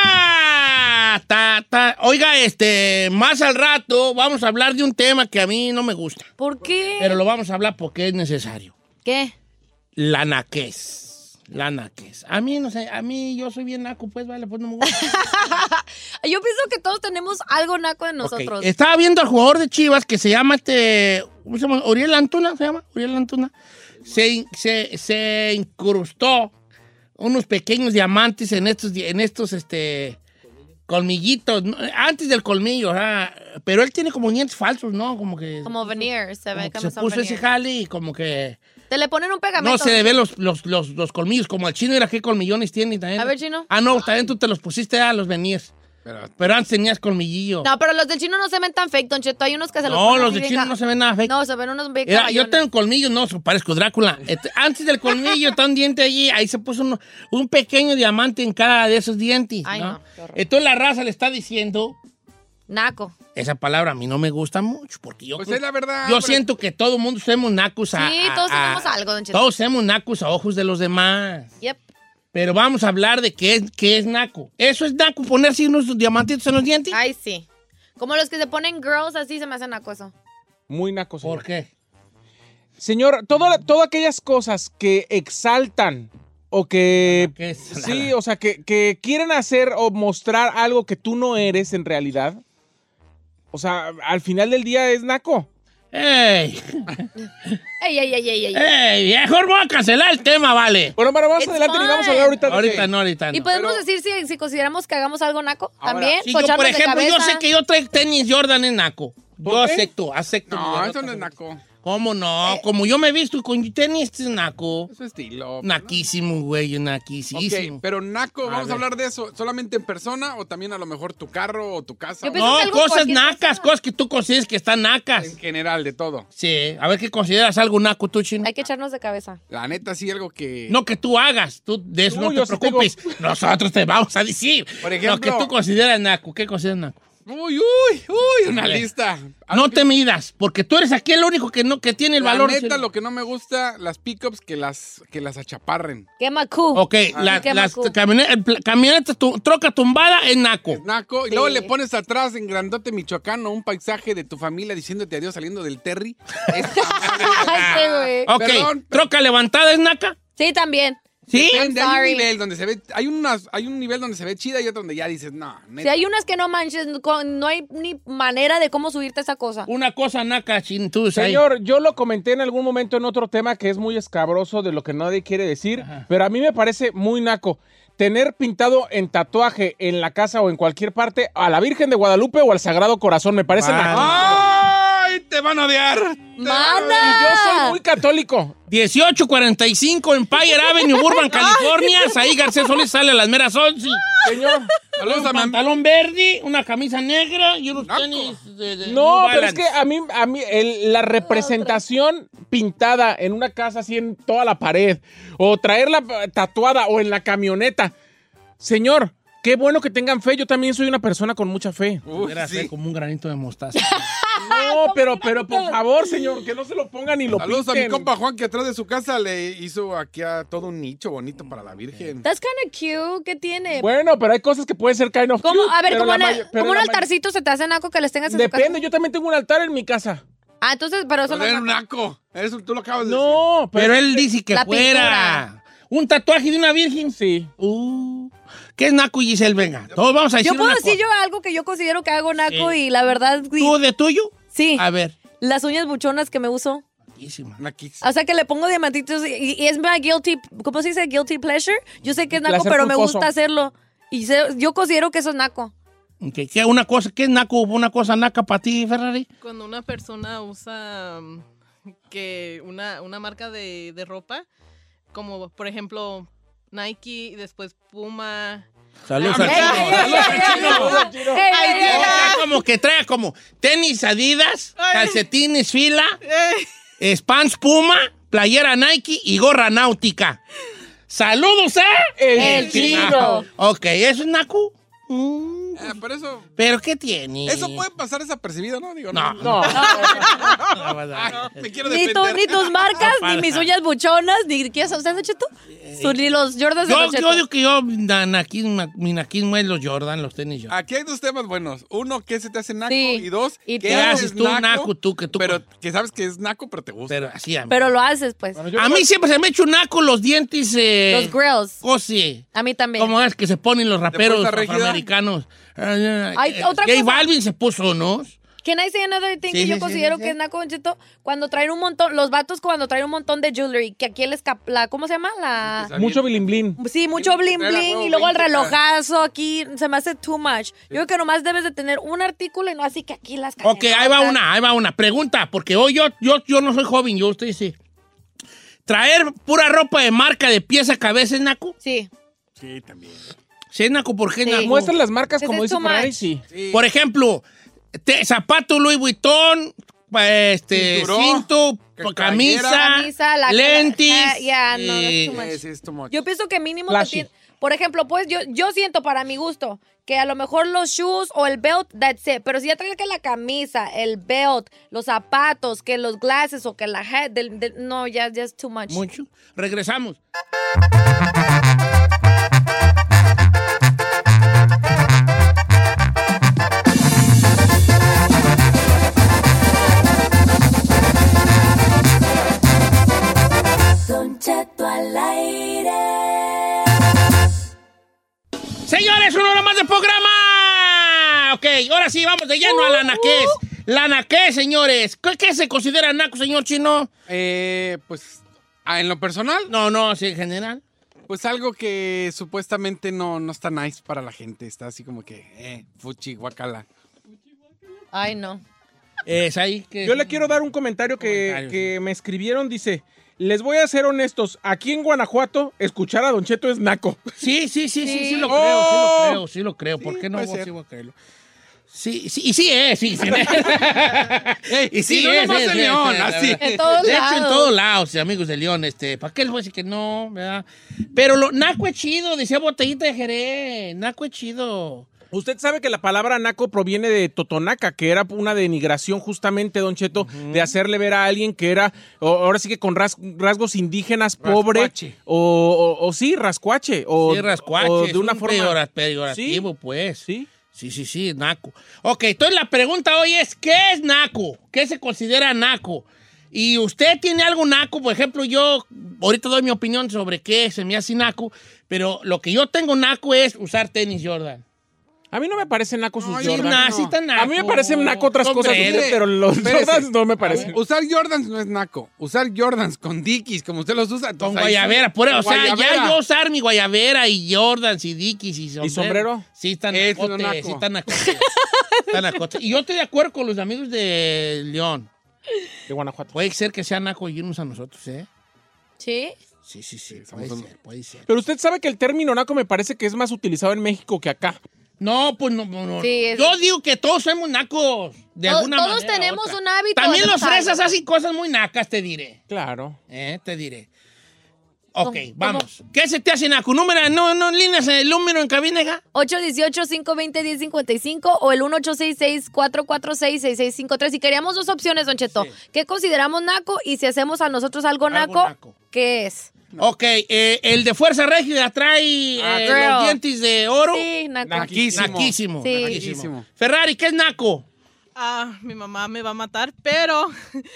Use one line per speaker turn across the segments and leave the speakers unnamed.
¡Familia! Ta, ta. Oiga, este, más al rato vamos a hablar de un tema que a mí no me gusta,
¿Por qué?
pero lo vamos a hablar porque es necesario.
¿Qué?
La naquez. La naquez. A mí, no sé, a mí yo soy bien naco, pues, vale, pues no me gusta.
Yo pienso que todos tenemos algo naco de nosotros.
Ok, Estaba viendo al jugador de Chivas que se llama este, ¿cómo se llama? Uriel Antuna, se llama, Uriel Antuna. Se, in- se, se incrustó unos pequeños diamantes en estos, di- en estos, este, colmillitos, ¿no? antes del colmillo, ajá. pero él tiene como dientes falsos, ¿no? Como que...
Como veneer, se
como
ve
que
como
se
son
puso ese
veneer.
jale y como que
Te le ponen un pegamento.
no se le ven los, los, los, los colmillos, como al chino era qué colmillones tiene también.
A ver, chino.
Ah, no, también tú te los pusiste a los venías. Pero, antes tenías colmillillo.
No, pero los del chino no se ven tan fake, Don Cheto. Hay unos que se los
No,
ponen
los
así
de
bien
chino
ca-
no se ven nada fake.
No, se ven unos bien
Era, yo
caballones.
tengo colmillos, no, so- parezco Drácula. Este, antes del colmillo está un diente allí, ahí se puso uno- un pequeño diamante en cada de esos dientes.
Ay,
¿no?
no, qué horror.
Entonces la raza le está diciendo,
Naco.
esa palabra a mí no me gusta mucho, porque yo,
Pues
creo-
es la verdad.
yo
hombre.
siento que todo el mundo somos nacos a...
Sí,
a-
todos
a-
tenemos algo, Don Cheto.
Todos somos nacos a ojos de los demás.
Yep.
Pero vamos a hablar de qué es, qué es naco. Eso es naco, ponerse unos diamantitos en los dientes.
Ay, sí. Como los que se ponen girls así se me hacen naco eso.
Muy naco, señor.
¿Por qué?
Señor, toda- todas aquellas cosas que exaltan o que...
¿Qué es?
Eh, Sí, o sea, que, que quieren hacer o mostrar algo que tú no eres en realidad. O sea, al final del día es naco.
¡Ey!
Ey, ey, ey, ey, ey.
Eh, ¡Ey! Mejor voy a cancelar el tema, vale.
Bueno, bueno, vamos
It's
adelante y vamos a
fine.
hablar ahorita. de-
Ahorita no, ahorita no.
y podemos
pero-
decir si, si consideramos que hagamos algo naco
Ahora,
también.
Sí, yo,
Pocharnos
por
de
ejemplo, yo
cabeza.
sé que yo traigo tenis Jordan en naco. Yo
¿Por qué?
acepto, acepto. mi
No,
derrota.
eso no es naco.
¿Cómo no?
Eh.
Como yo me he visto con tenis, este es naco.
Eso es estilo.
Naquísimo, güey,
Ok,
naquísimo.
pero naco,
A
vamos
ver.
a hablar de eso. ¿Solamente en persona o también a lo mejor tu carro o tu casa?
Yo
o
pienso-
No,
que algo
cosas
cualquier
nacas,
persona.
cosas que tú consideres que están nacas.
En general, de todo.
Sí, a ver qué consideras algo naco tú, chino.
Hay que echarnos de cabeza.
La neta, sí, algo que...
No que tú hagas, tú de eso
Tú,
no
yo
te
sí
preocupes. Nosotros te vamos a decir.
Por
lo
ejemplo-
que tú consideras naco, ¿qué consideras naco?
Uy, uy, uy, una
Ok.
lista.
No te midas, porque tú eres aquí el único que no que tiene el
la
valor.
neta,
chino.
lo que no me gusta, las pickups que las, que las achaparren.
Qué macu.
Uh, Ok,
Ah.
la-
qué
las
macu.
camionetas, el pla- camioneta tu- troca tumbada es naco.
Naco, y
Sí.
luego le pones atrás en Grandote Michoacán o un paisaje de tu familia diciéndote adiós saliendo del Terry. Esta madre,
Ay, sí, güey.
Ok,
eh, Perdón.
troca levantada es naca.
Sí, también.
¿Sí?
I'm
Depende, hay
sorry.
un nivel donde se ve, hay unas, hay un nivel donde se ve chida y otro donde ya dices, no,
Si
neta.
hay unas que no manches, no- no hay ni manera de cómo subirte a esa cosa.
Una cosa naca, chin, tú, ahí.
Señor, yo lo comenté en algún momento en otro tema que es muy escabroso de lo que nadie quiere decir, pero a mí me parece muy naco tener pintado en tatuaje en la casa o en cualquier parte a la Virgen de Guadalupe o al Sagrado Corazón, me parece
Vale.
naco.
¡Ay! ¡Te van a odiar!
Y yo soy
¡Mana!
muy católico.
1845 Empire Avenue, Burbank, California. Ahí Garcés Solís sale a las meras 11.
Señor,
Saludos
Un
a mi
pantalón verde, una camisa negra y unos
Naco.
tenis de, de
no,
New
pero es
Balance.
que a mí, a mí el- la representación pintada en una casa así en toda la pared o traerla eh, tatuada o en la camioneta. Señor, qué bueno que tengan fe, yo también soy una persona con mucha fe.
Uy,
Era hacer
sí.
como un granito de mostaza.
No, pero, pero por favor, señor, que no se lo pongan ni lo
Saludos a mi
pinten.
compa Juan que atrás de su casa le hizo aquí a todo un nicho bonito para la Virgen.
That's kind of cute. ¿Qué tiene?
Bueno, pero hay cosas que pueden ser kind of
Como-
cute,
a ver,
pero
como,
la
una-
may- pero
como un
la may-
altarcito se te hace naco que les tengas en tu casa.
Depende, yo también tengo un altar en mi casa.
Ah, entonces, pero eso no
Eres
es
un naco. Eso tú lo acabas de decir.
No,
Pero él dice que
Pues, La
fuera. Un tatuaje de una virgen.
Sí.
Uh, ¿Qué es Naco y Giselle? Venga, todos vamos a decir
Yo puedo
una
decir
cosa.
yo algo que yo considero que hago naco
Sí.
y la verdad, sí,
¿Tú de tuyo?
sí,
A ver.
las uñas buchonas que me uso.
Naquísima.
Naquis.
O sea, que le pongo diamantitos y, y es mi guilty, ¿cómo se dice? Guilty pleasure. Yo sé que es naco,
Placer
pero me
culposo.
gusta hacerlo. Y se- yo considero que eso es naco.
Ok, ¿qué, una cosa, ¿Qué es Naco? ¿Una cosa Naca para ti, Ferrari?
Cuando una persona usa mm, que una, una marca de, de ropa, como por ejemplo Nike y después Puma.
Saludos
Ah,
al
ey,
chino.
ey,
Saludos
ey,
al chino.
ey,
O
¡Ey, ey, ey!
sea, Como que trae como tenis Adidas,
Ay.
calcetines fila,
Eh,
spans Puma, playera Nike y gorra náutica. Saludos, ¿eh?
El
chino.
Ok, ¿eso es Naco? Mm,
Ah, pero eso,
¿Pero qué tiene?
eso puede pasar desapercibido, ¿no? Digo,
No, no.
No,
la verdad.
Ay, me quiero
Ni, tu-
defender.
ni tus marcas,
No,
ni mis
para.
uñas buchonas, ni qué es usted, Cheto. Su- Ni los Jordans de
Yo,
Don
yo
Cheto.
digo que yo, na- naquismo- mi naquismo es los Jordan, los tenis Jordan.
Aquí hay dos temas buenos. Uno, ¿qué se te hace naco?
Sí.
Y dos,
¿Y
¿qué
tú?
haces tú, naco, tú, que tú-
Pero que sabes que es naco, pero te gusta.
Pero así a mí.
Pero lo haces, pues.
a mí siempre se me echa un naco los dientes. eh,
Los grills.
cosi.
A mí también.
Como es que se ponen los raperos
¿De puerta rígida?
afroamericanos. Ah,
Ay,
Hay
otra
Eh, J
cosa.
Balvin se puso, ¿no?
Can I say another thing
Sí,
que
sí,
yo
sí,
considero
sí,
que
sí.
es naco, Don Cheto? Cuando traen un montón, los vatos cuando traen un montón de jewelry, que aquí les cap- la, ¿cómo se llama? La...
Está bien.
Mucho bilimblín.
Sí, mucho
Tiene que
bling
traer a
bling
huevo
y luego el
20 caras.
relojazo aquí se me hace too much. Yo creo que nomás debes de tener un artículo y no así que aquí las
Ok, ahí va una, ahí va una. Pregunta, porque hoy yo, yo, yo no soy joven, yo usted sí. Traer pura ropa de marca de pieza a cabeza es naco.
Sí.
Sí, también.
Sí, es naco, ¿por qué es
Sí.
naco?
Muestra las marcas
Ese
como
es
dice
too
Ferrari,
much.
sí.
Sí.
Por ejemplo, te- zapato Louis Vuitton, pa- este,
Cinturón,
cinto,
ca-
pa-
cabellera.
camisa,
Camisa, la-
lentes.
Ah, ya, no,
eh,
no es too much.
Eh, sí, es too much.
Yo pienso que mínimo te
Flashy.
tien- por ejemplo, pues yo, yo siento para mi gusto que a lo mejor los shoes o el belt, that's it. Pero si ya traes que la camisa, el belt, los zapatos, que los glasses o que la head, del- del- no, ya ya es too much.
mucho. Regresamos. Señores, una hora más de programa. Ok, ahora sí, vamos de lleno a la naqués. La naqués, señores. ¿Qué, qué se considera naco, señor chino?
Eh, pues, ah, en lo personal,
No, no, sí, en general.
pues algo que supuestamente no, no está nice para la gente. Está así como que, eh, fuchi, guacala.
Ay, no.
Es ahí que...
Yo le quiero dar un comentario que,
Comentario,
que me escribieron, dice... Les voy a ser honestos, aquí en Guanajuato, escuchar a Don Cheto es naco.
Sí, sí, sí, sí, sí, lo creo, sí lo
Sí. ¡Oh!
creo, sí lo creo. ¿Por
Sí,
qué no
puede
vos
ser.
sí voy a creerlo? Sí, sí, y sí es, sí, sí. y sí
y no
es,
nomás
es,
en
es,
León,
es, la
así.
verdad.
En todos
de hecho, en
lados.
todos lados, sí, amigos de León, este, ¿para qué les voy a decir que no? verdad? Pero lo, Naco es chido, decía Botellita de Jerez, Naco es chido.
Usted sabe que la palabra naco proviene de totonaca, que era una denigración justamente, Don Cheto, de hacerle ver a alguien que era, o- ahora sí que con ras- rasgos indígenas, pobre,
Rascuache.
o, o- o sí, rascuache, o,
sí, rascuache,
o
es
de una
un
forma...
peyora- peyorativo, pues.
Sí.
Sí, sí, sí, naco. Ok, entonces la pregunta hoy es, ¿qué es naco? ¿Qué se considera naco? Y usted tiene algo naco, por ejemplo, yo ahorita doy mi opinión sobre qué se me hace naco, pero lo que yo tengo naco es usar tenis Jordan.
A mí no me parece naco sus
Ay,
Sí,
Jordan.
na-
no.
sí está naco.
A mí me parecen naco otras
Son
cosas,
creer.
pero los
Espérese.
Jordans no me parecen.
Usar Jordans no es naco. Usar Jordans con Dickies, como usted los usa.
Con
entonces Pues ahí sí.
guayabera, por- o sea,
Guayabera.
ya yo usar mi guayabera y Jordans y Dickies y sombrero.
sombrero?
Sí están
Es lo
nacote,
naco.
sí están nacote. Están nacote. Y yo estoy de acuerdo con los amigos de León.
De Guanajuato.
Puede ser que sea naco y irnos a nosotros, ¿eh?
Sí.
Sí, sí, sí,
somos
puede
unos-
ser, puede ser.
Pero usted sabe que el término naco me parece que es más utilizado en México que acá.
No, pues no, no, no.
Sí, es-
Yo digo que todos somos nacos, de
To-
alguna
todos
manera u
tenemos
otra.
un hábito,
También los
hacemos
fresas
algo.
hacen cosas muy nacas, te diré.
Claro.
Eh, te diré. Ok,
¿Cómo-
vamos. ¿Qué se te hace naco? Número, no, no, líneas, el número en cabina, hija.
818-520-1055 o el 1866-446-6653. Y queríamos dos opciones, Don Cheto. ¿Qué consideramos naco y si hacemos a nosotros algo,
Algo
naco,
naco.
¿Qué es?
Ok, eh, el de Fuerza Régida trae
Ah,
eh,
creo.
los dientes de oro.
Sí, naco.
Naquísimo.
Naquísimo.
Sí.
naquísimo.
Naquísimo.
Ferrari, ¿qué es naco?
ah, mi mamá me va a matar, pero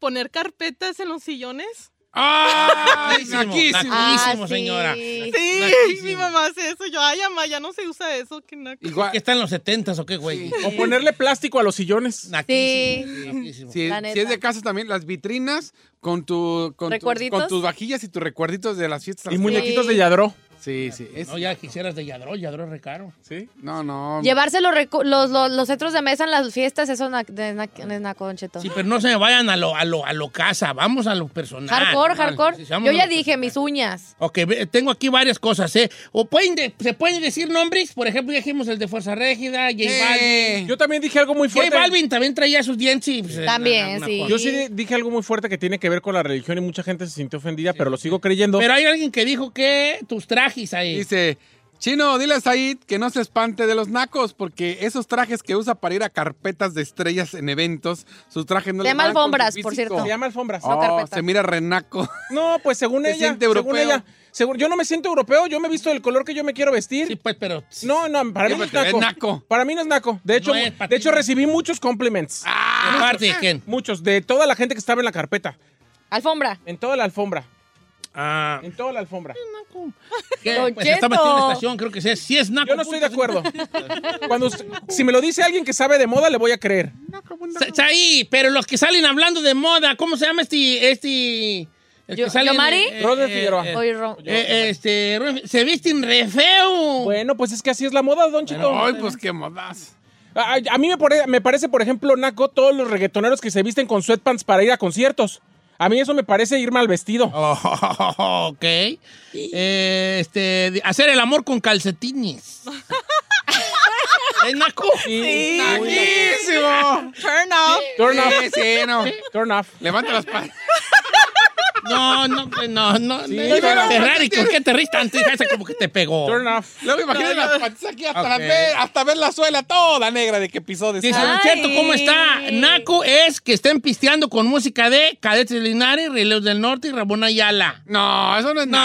poner carpetas en los sillones.
¡Ah!
Naquísimo.
Naquísimo,
Ah, sí.
señora.
Sí,
Naquísimo.
mi mamá hace eso. Yo, ay, mamá, ya no se usa eso. Que naco".
Igual,
¿Qué está en los 70 o qué, güey?
O ponerle plástico a los sillones.
Naquísimo, naquísimo.
si,
La
si
neta.
es de casa también, las vitrinas con, tu, con, tu-
¿Recuerditos?
con tus vajillas y tus recuerditos de las fiestas.
Y muñequitos
Sí.
de Yadro.
Sí, sí. es-
No, ya quisieras de Yadró, Yadró es recaro.
¿Sí?
no, no.
Llevarse los, recu- los, los, los centros de mesa en las fiestas, eso na- de na- es naco, Don Cheto.
Ah. Sí, pero no se me vayan a lo, a lo, a lo casa, vamos a lo personal.
Hardcore, hardcore.
Sí, sí, vamos
Yo
a
ya
lo
dije,
personal.
mis uñas.
Ok, ve- tengo aquí varias cosas, ¿eh? O pueden de- ¿Se pueden decir nombres? Por ejemplo, ya dijimos el de Fuerza Régida, J Balvin.
Eh,
Yo también dije algo muy
J
fuerte.
Balvin también traía sus dientes. y, pues, en
También,
alguna
sí.
cosa.
Yo sí di- dije algo muy fuerte que tiene que ver con la religión y mucha gente se sintió ofendida, pero lo sigo creyendo.
Pero hay alguien que dijo que tus trajes ahí.
Dice, Chino, dile a Said que no se espante de los nacos, porque esos trajes que usa para ir a carpetas de estrellas en eventos, sus trajes no
Se
le
llama
van con su
alfombras,
físico.
por cierto.
Se llama alfombras.
Oh,
carpetas.
se mira renaco.
No, pues según
Se
ella,
siente
según
europeo.
ella, según- yo no me siento europeo, yo me he visto el color que yo me quiero vestir.
Sí, pues, pero...
No, no, para
Sí,
mí no es
pero te
naco.
ves naco.
Para mí no es naco. De hecho,
No es para
de
ti.
hecho recibí muchos compliments.
Ah.
¿De parte de quién?
Muchos de toda la gente que estaba en la carpeta,
Alfombra.
en toda la alfombra,
Ah.
en toda la alfombra.
¿Qué?
Don
Pues está metido en
Cheto.
la estación, creo que sí. Si es naco. pues,
Yo no estoy de
punto, sí.
acuerdo. Cuando usted- si me lo dice alguien que sabe de moda, le voy a creer.
Sa- sa- Ahí, pero los que salen hablando de moda, ¿cómo se llama este? este el
Yo-
que sale en-
¿Yomari?
Roden Figueroa.
eh,
Oye, Ro-
eh, este, Roden- se visten re feo.
Bueno, pues es que así es la moda, Don Chito.
Ay, pues qué modas.
A, a mí me, pare- me parece, por ejemplo, Naco, todos los reggaetoneros que se visten con sweatpants para ir a conciertos. A mí eso me parece ir mal vestido.
Oh, ok. Eh, este, de- hacer el amor con calcetines. ¿Es naco?
Sí.
¡Naquísimo!
Turn off.
Turn off.
Sí, sí, no.
Turn off.
Levanta las patas.
No, no, pues, no, no. no.
turn off.
Ferrari, ¿con qué te riste antes? Esa como que te pegó.
Turn off.
Luego imagínate las patas aquí hasta, la
Ok.
ver, hasta ver la suela toda negra de que pisó de
Dice,
Ay.
Don Cheto, ¿cómo está? Naco es que estén pisteando con música de Cadetes Linares, Relevos del Norte y Ramón Ayala.
No, eso no es
No,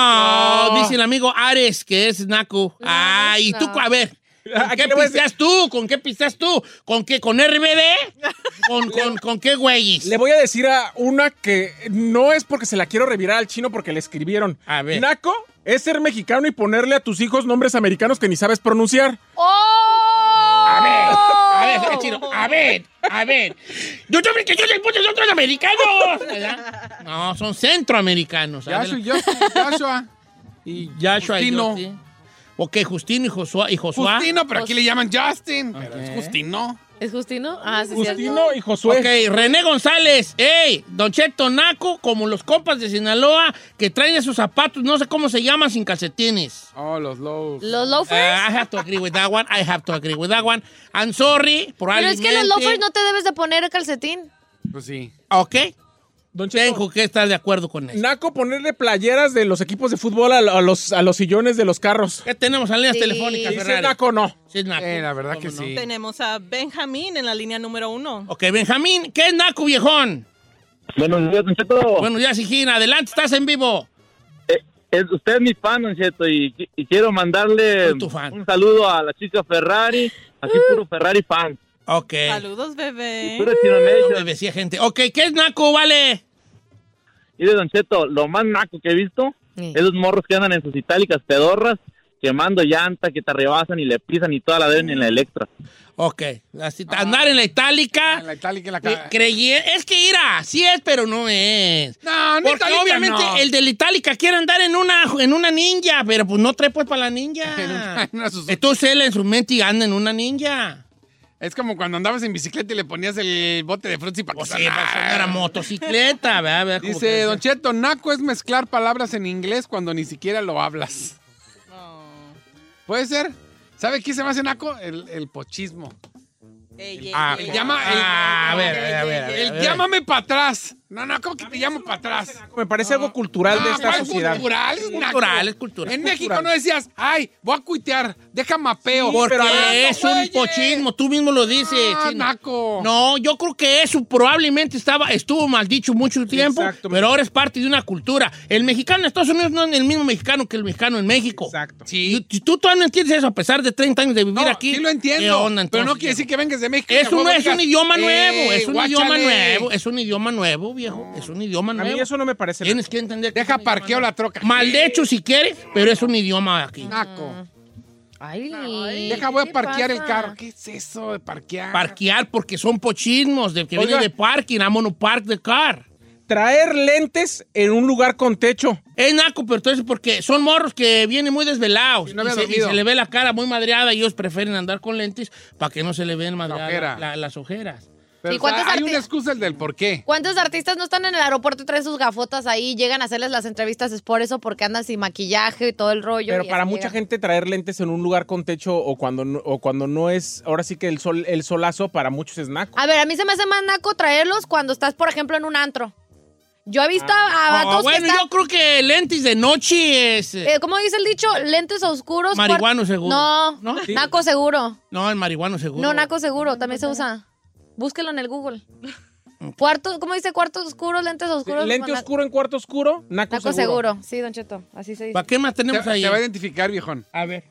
naco.
dice el amigo Ares, que es Naco. Ay,
no.
tú, a ver.
¿A
¿Con
qué
qué
le Ah, voy a decir?
pisteas tú? ¿Con qué pisteas tú? ¿Con qué? ¿Con RBD? ¿Con, con, con qué güeyes?
Le voy a decir a una que no es porque se la quiero revirar al chino porque le escribieron.
A ver.
Naco es ser mexicano y ponerle a tus hijos nombres americanos que ni sabes pronunciar.
¡Oh!
A ver,
¡Oh!
a ver, es chino, a ver, a ver. Yo también que yo le puse son americanos. ¿verdad? No, son centroamericanos.
Yashua,
Adelante.
Yashua, Yashua. Y
Yashua y
Justino.
Yosi. Ok, Justino y Josué. Y Josué.
Justino, pero aquí le llaman Justin. Pero es Justino.
¿Es Justino? Ah, sí, es cierto.
Justino y Josué.
Ok, René González. Ey, Don Cheto Naco, como los compas de Sinaloa que traen esos zapatos, no sé cómo se llaman, sin calcetines.
Oh, los lows.
¿Los
Uh,
loafers?
I have to agree with that one. I have to agree with that one. I'm sorry,
Pero es
probablemente.
que los loafers no te debes de poner calcetín.
Pues sí.
Ok,
Don Cheto,
tengo que estar de acuerdo con eso.
Naco ponerle playeras de los equipos de fútbol a, a los, a los sillones de los carros.
¿Qué tenemos en líneas
Sí.
telefónicas,
Dice
Ferrari?
Naco no.
Sí, es naco.
Eh, la verdad
¿Cómo
que
no?
sí.
Tenemos a Benjamín en la línea número uno.
Ok, Benjamín, ¿qué es Naco, viejón?
Buenos días, Don Cheto.
Buenos días, Hijín. Adelante, estás en vivo.
Eh, es- usted es mi fan, Don Cheto, y, qui- y quiero mandarle
Soy tu fan. Eh.
un saludo a la chica Ferrari, aquí puro Ferrari fan.
Ok.
Saludos,
Eh.
bebé.
Puro Chino
No
Nation.
me decía gente. Ok, ¿qué es Naco, vale?
Mire, Don Cheto, lo más naco que he visto,
Sí.
esos morros que andan en sus itálicas pedorras, quemando llanta, que te rebasan y le pisan y toda la deben en la Electra.
Ok. Así, andar en la itálica.
En la itálica y la
Cre-
cara.
creyé- es que ira, sí es, pero no es.
No, no
Porque
itálica,
obviamente
no.
el de la Itálica quiere andar en una, en una ninja, pero pues no trae pues para la
En una-
ninja.
en una Suzuki.
Entonces él en su mente y anda en una ninja.
Es como cuando andabas en bicicleta y le ponías el bote de frutas y para
O
que
sea, para
sonara.
sonar Pues a motocicleta, ¿verdad? ¿verdad? Como
Dice
que-
Don Cheto, naco es mezclar palabras en inglés cuando ni siquiera lo hablas. ¿Puede ser? ¿Sabe qué se me hace naco? El, el pochismo.
Ey, ey,
Ah,
ey,
El
ey.
llama... el-
ah, a ver,
ey,
a ver,
ey,
a ver,
El
a ver.
llámame para atrás. No, no, ¿cómo que te llamo para atrás?
Me parece algo cultural de
Ah,
esta
¿cuál
sociedad.
Cultural, es
Cultural, es cultural.
En
Es
México
cultural.
no decías, ay, voy a cuitear, deja mapeo.
Porque
Pero, ah, no,
es un
güeyes.
pochismo, tú mismo lo dices.
Ah,
chino.
naco.
No, yo creo que eso probablemente estaba, estuvo mal dicho mucho tiempo,
Exactamente.
pero ahora es parte de una cultura. El mexicano en Estados Unidos no es el mismo mexicano que el mexicano en México.
Exacto.
Y tú- tú todavía no entiendes eso, a pesar de 30 años de vivir
No,
aquí.
sí lo
¿Qué
entiendo.
onda,
pero no
entonces?
quiere decir que vengas de México. y
Es
a
un,
huevo
es
digas,
un idioma
"Ey,
nuevo, es un
"Eh, guáchale,
idioma nuevo, es un idioma nuevo, viejo, es un idioma
A
nuevo.
mí eso no me parece. bien.
Tienes que entender que es
Deja
un
parqueo
idioma
la troca.
nuevo. Mal de hecho si quieres, pero es un idioma aquí.
Naco.
Ay,
Deja, voy
¿qué
a parquear el
pasa?
carro. ¿Qué es eso de parquear?
Parquear porque son pochismos de que
Oiga.
viene de parking, I'm gonna park the car.
Traer lentes en un lugar con techo.
Es naco, pero entonces porque son morros que vienen muy desvelados.
Y no
y,
había
se, y
dormido.
se le ve la cara muy madreada y ellos prefieren andar con lentes para que no se le vean madreadas
ojera.
la- las ojeras.
Pero,
¿Y
o sea,
cuántos
hay
arti-
una excusa el del por qué.
¿Cuántos artistas no están en el aeropuerto y traen sus gafotas ahí? Llegan a hacerles las entrevistas es por eso, porque andan sin maquillaje y todo el rollo.
Pero
y
para
así
mucha
llegan.
gente traer lentes en un lugar con techo o cuando no, o cuando no es, ahora sí que el sol el solazo para muchos es naco.
A ver, a mí se me hace más naco traerlos cuando estás, por ejemplo, en un antro. Yo he visto a, a
Ah,
vatos
bueno,
que están...
yo creo que lentes de noche es... eh,
eh, ¿Cómo dice el dicho? Lentes oscuros. cuer-
Marihuano seguro.
No,
¿No? Sí.
naco seguro.
no, el marihuano seguro.
No, naco seguro, también se usa. Búsquelo en el Google. Cuarto, ¿cómo dice? Cuartos oscuros, lentes oscuros.
Lente
na-
oscuro en cuarto oscuro, naco,
Naco seguro. Sí, Don Cheto, así se dice.
¿Para qué más
Te,
tenemos ahí?
te va a identificar, viejón.
A ver.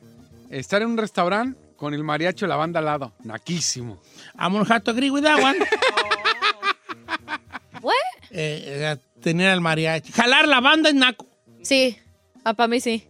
Estar en un restaurante con el mariacho y la banda al lado. Naquísimo.
I'm gonna have to agree with that one.
¿What?
Eh, eh, tener al mariachi. Jalar la banda es naco.
Sí, para mí sí.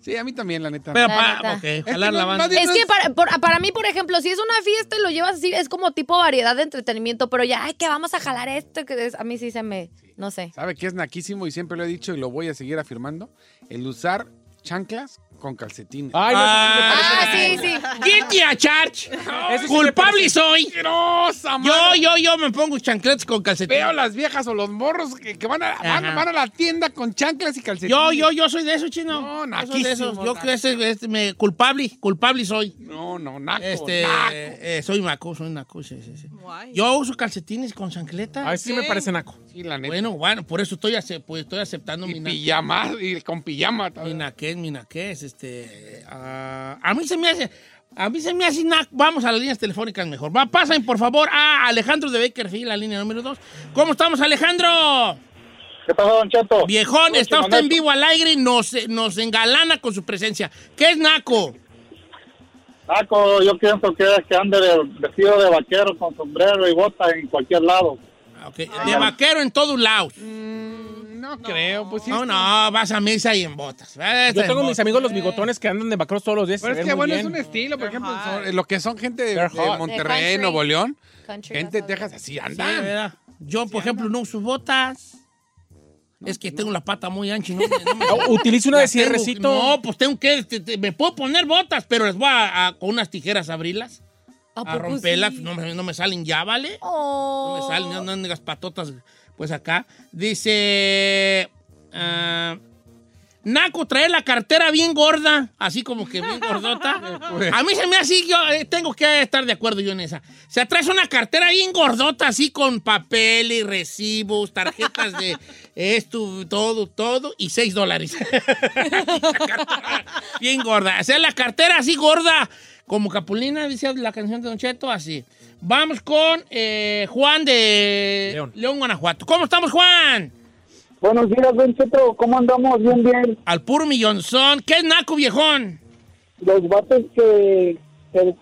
Sí, a mí también, la neta.
Pero
La
para...
neta.
ok,
Es que
jalar
no-
la banda.
nadie-
Es que para, por- ah, para mí, por ejemplo, si es una fiesta y lo llevas así, es como tipo variedad de entretenimiento, pero ya, ay, que vamos a jalar esto, que es- a mí sí se me, no sé.
¿Sabe qué es naquísimo? Y siempre lo he dicho y lo voy a seguir afirmando. El usar chanclas con calcetines.
Ay, no, eso sí me parece-
Ah, sí, sí.
Guilty a charge.
sí me
Culpable soy.
¡Asquerosa,
Yo,
madre!
yo, yo me pongo chancletas con calcetines.
Veo las viejas o los morros que, que van, a, van,
Ajá.
van a la tienda con chanclas y calcetines.
Yo, yo, yo soy de eso, chino.
No,
Yo soy de esos.
naquísimo,
Yo que ese, este, me, culpable, culpable soy.
No, no, naco,
Este,
naco.
eh, soy maco, soy naco, sí, sí, sí.
Guay.
Yo uso calcetines con chancleta.
Ay, sí me parece naco.
Sí, la neta.
bueno, bueno, por eso estoy, ace- pues, estoy aceptando mi
y
naco.
pijama, y con pijama. tal.
Mi naqués, mi naqués, este... ah, a mí se me hace... A mí se me hace... na- Vamos a las líneas telefónicas mejor. Va, pasen, por favor, a Alejandro de Bakerfield, la línea número 2. ¿Cómo estamos, Alejandro?
¿Qué pasó, Don Cheto?
Viejón,
Oye,
está usted en
Manuel.
vivo al aire y nos, eh, nos engalana con su presencia. ¿Qué es naco?
Naco, yo pienso que es que ande de- vestido de vaquero con sombrero y bota en cualquier lado.
Ah, ok. De vaquero en todos lados.
No, creo, pues sí.
No, no, vas a misa y en botas. Vas
Yo
en
tengo
botas.
mis amigos los bigotones que andan de vaqueros todos los días.
Pero
se
es
ven
que
muy
bueno, es
bien.
un estilo, por
They're
ejemplo,
hot.
son- eh, lo que son gente de,
They're
de
hot.
Monterrey,
Country.
Nuevo León,
Country,
gente de
that's
Texas, así
Sí,
andan.
¿verdad? Ah, Yo, por ejemplo, no uso botas. es que tengo la pata muy ancha y no, me- no me-
Ah, Utilice una de
Las tengo-
cierrecito.
No, pues tengo que. te- te- me puedo poner botas, pero les voy a, a- con unas tijeras a abrirlas.
¿A
Ah,
A,
poco
romperlas.
sí?
No, me- no me salen ya, ¿vale? No me salen,
Oh.
no, no andan las patotas. Pues acá. Dice. ah, Naco, trae la cartera bien gorda, así como que bien gordota. A mí se me hace, yo eh, tengo que estar de acuerdo yo en esa. O sea, traes una cartera bien gordota, así con papel y recibos, tarjetas de esto, todo, todo, y seis dólares. bien gorda. O sea, la cartera así gorda, como Capulina, dice la canción de Don Cheto, así. Vamos con eh, Juan de
León.
León, Guanajuato. ¿Cómo estamos, Juan?
Buenos días, Don Cheto. ¿Cómo andamos? Bien, bien.
Al puro millonzón. ¿Qué es naco, viejón?
Los vatos que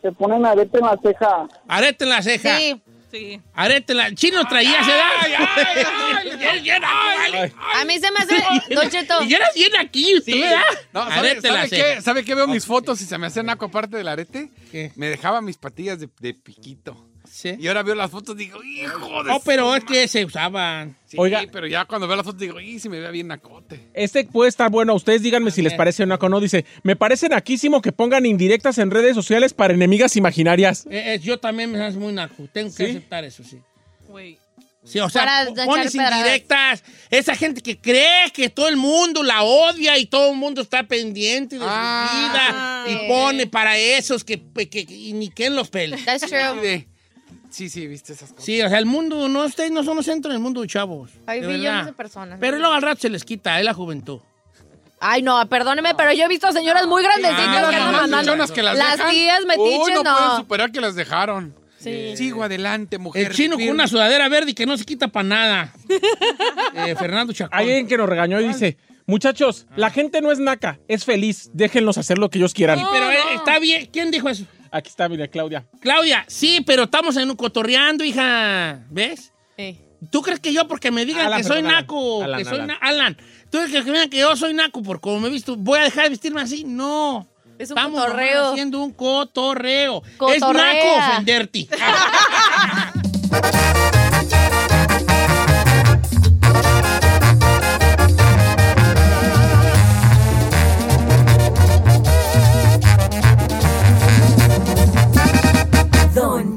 se, ponen arete en la ceja.
Arete en la ceja.
Sí,
Sí.
Arete en la... Chino traía, ¿se da?
Ay, ay, ay, ay, ay, ay, ay.
a mí se me hace, Don Cheto,
Y eras bien aquí, ¿tú, verdad?
No, ¿sabe,
Arete en la
sabe
ceja.
qué, ¿Sabe qué veo mis fotos y se me hacen naco aparte del arete?
¿Qué?
Me dejaba mis patillas de, de piquito.
Sí.
Y ahora veo las fotos y digo, hijo de...
No,
su
pero es
ma-".
que se usaban.
Sí,
Oiga.
pero ya cuando veo las fotos digo, y si me vea bien nacote.
Este puede estar bueno. Ustedes díganme si les parece naco o no. Dice, me parece naquísimo que pongan indirectas en redes sociales para enemigas imaginarias.
Eh, eh, yo también me hace muy naco. Tengo que
¿Sí?
aceptar eso, sí.
Wait.
Sí, o sea,
Para
po-
echar
pones
pedradas.
indirectas. Esa gente que cree que todo el mundo la odia y todo el mundo está pendiente de
Ah,
su vida.
sí.
Y pone para esos que, que- que- y ni que en los peles.
that's
Y
true.
de,
Sí, sí, viste esas cosas.
Sí, o sea, el mundo, no, ustedes no son los centros del mundo, chavos.
Hay
de
billones
verdad.
de personas.
Pero luego al rato se les quita, es la juventud.
Ay, no, perdóneme, pero yo he visto señoras muy grandecitas
Ah,
que
no,
andan
las
mandando.
mechonas que las dejan.
tías metiches,
Uy, no, pueden
no.
superar que las dejaron.
Sí.
Sigo adelante, mujer.
El chino con
firme.
una sudadera verde y que no se quita para nada. Eh, Fernando Chacón.
Hay alguien que nos regañó y dice, muchachos,
Ah.
la gente no es naca, es feliz, déjenlos hacer lo que ellos quieran.
Pero eh, está bien. ¿Quién dijo eso?
Aquí está, mira, Claudia.
Claudia, sí, pero estamos en un cotorreando, hija. ¿Ves?
Eh.
¿Tú crees que yo, porque me digan
Alan,
que soy
perdón, Alan.
naco,
Alan,
que soy
Alan.
na- Alan. ¿tú crees que me digan que yo soy naco por como me he visto, voy a dejar de vestirme así? No.
Es un
Estamos nomás
cotorreo.
haciendo un cotorreo. Es
Cotorrea.
naco ofenderte.
Don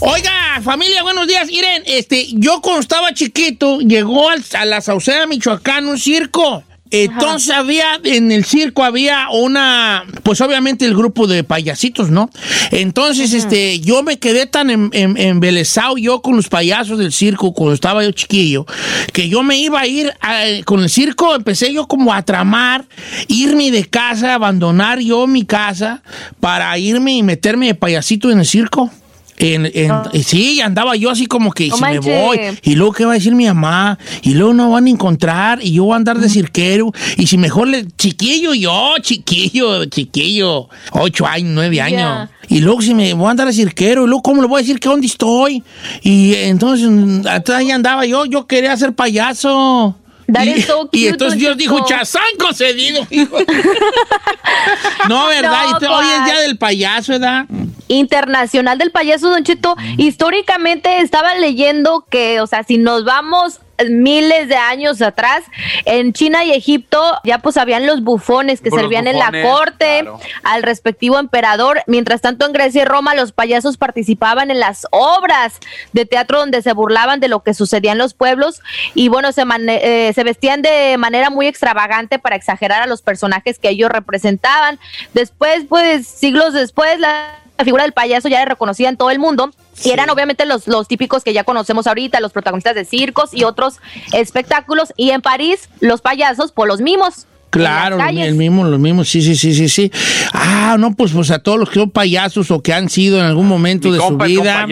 Oiga, familia, buenos días. Miren, este, yo cuando estaba chiquito, llegó al- a la Sauceda, Michoacán, un circo. Entonces había, en el circo había una, pues obviamente el grupo de payasitos, ¿no? Entonces, este, yo me quedé tan em- em- embelesado yo con los payasos del circo cuando estaba yo chiquillo, que yo me iba a ir a- con el circo, empecé yo como a tramar, irme de casa, abandonar yo mi casa para irme y meterme de payasito en el circo. En, en- y sí, andaba yo así como que
No
si
manches.
me voy, y luego qué va a decir mi mamá, y luego no van a encontrar, y yo voy a andar de cirquero, y si mejor le, chiquillo yo, chiquillo, chiquillo, ocho años, nueve años, y luego si me voy a andar de cirquero, y luego cómo le voy a decir que dónde estoy, y entonces mm, atrás ahí andaba yo, yo quería ser payaso.
That
y,
is so
y
cute,
entonces
Don
Dios dijo,
Cheto.
chazanco cedido. hijo". no, ¿verdad?
No,
Y te- hoy es
¿cuál?
día del payaso, ¿verdad?
Internacional del Payaso, Don Cheto. Históricamente estaba leyendo que, o sea, si nos vamos miles de años atrás, en China y Egipto ya pues habían los bufones que
Los
servían en
bufones,
la corte
claro.
al respectivo emperador. Mientras tanto, en Grecia y Roma los payasos participaban en las obras de teatro donde se burlaban de lo que sucedía en los pueblos y bueno, se, mane- eh, se vestían de manera muy extravagante para exagerar a los personajes que ellos representaban. Después, pues siglos después, la la figura del payaso ya era reconocida en todo el mundo y eran obviamente los, los típicos que ya conocemos ahorita, los protagonistas de circos y otros espectáculos. Y en París, los payasos por los mimos.
Claro,
en las
lo mi-
calles.
el mismo, lo mismo, sí, sí, sí, sí, sí. Ah, no, pues, pues a todos los que son payasos o que han sido en algún momento de su vida.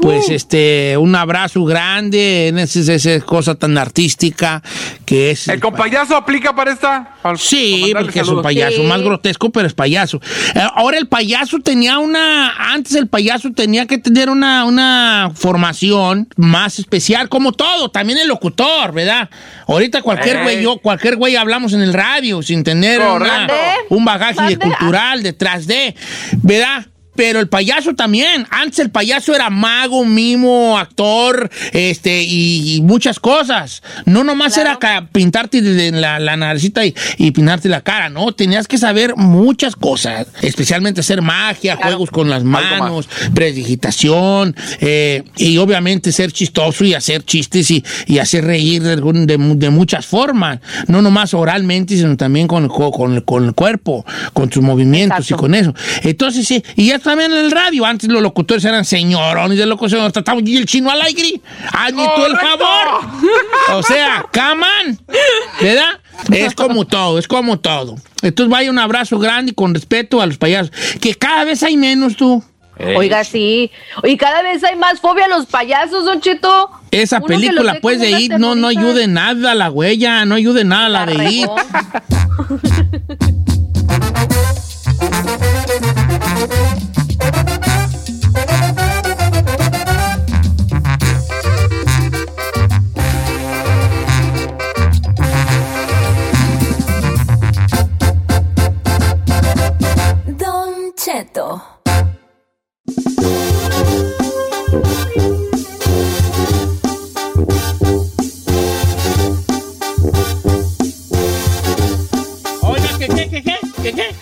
Pues
Uh.
este, un abrazo grande en ese- esa, cosa tan artística que es.
¿El compayazo aplica para esta?
Sí, porque es un
saludos.
payaso,
Sí.
más grotesco, pero es payaso. Eh, Ahora el payaso tenía una, antes el payaso tenía que tener una, una formación más especial, como todo, también el locutor, ¿verdad? Ahorita cualquier
Eh.
Ey.
güey, yo, cualquier güey hablamos en el radio sin tener una-
Correcto.
un bagaje de cultural detrás de, ¿verdad? Pero el payaso también. Antes el payaso era mago, mimo, actor, este, y, y muchas cosas. No nomás era ca- pintarte de- de la, la naricita y, y pintarte la cara, ¿no? Tenías que saber muchas cosas, especialmente hacer magia, juegos con las manos, predigitación, eh, y obviamente ser chistoso y hacer chistes y, y hacer reír de, algún- de mu- de muchas formas. No nomás oralmente, sino también con, con- con- con el cuerpo, con sus movimientos y con eso. Entonces, sí, y ya también en el radio, antes los locutores eran señorones de locución, ahorita estamos- y el chino al aire. Hazme tú el favor. O sea, caman, ¿verdad? Es como todo, es como todo. Entonces vaya un abrazo grande y con respeto a los payasos, que cada vez hay menos tú.
Oiga, sí. Y cada vez hay más fobia a los payasos, Don Cheto.
Esa
Uno que los
película,
ve
pues,
como
de
una
IT no,
terrorista.
no ayude nada a la huella, no ayude nada a la de IT.
Don Cheto.
Oiga, ¿qué, qué, qué, qué? ¿Qué, qué?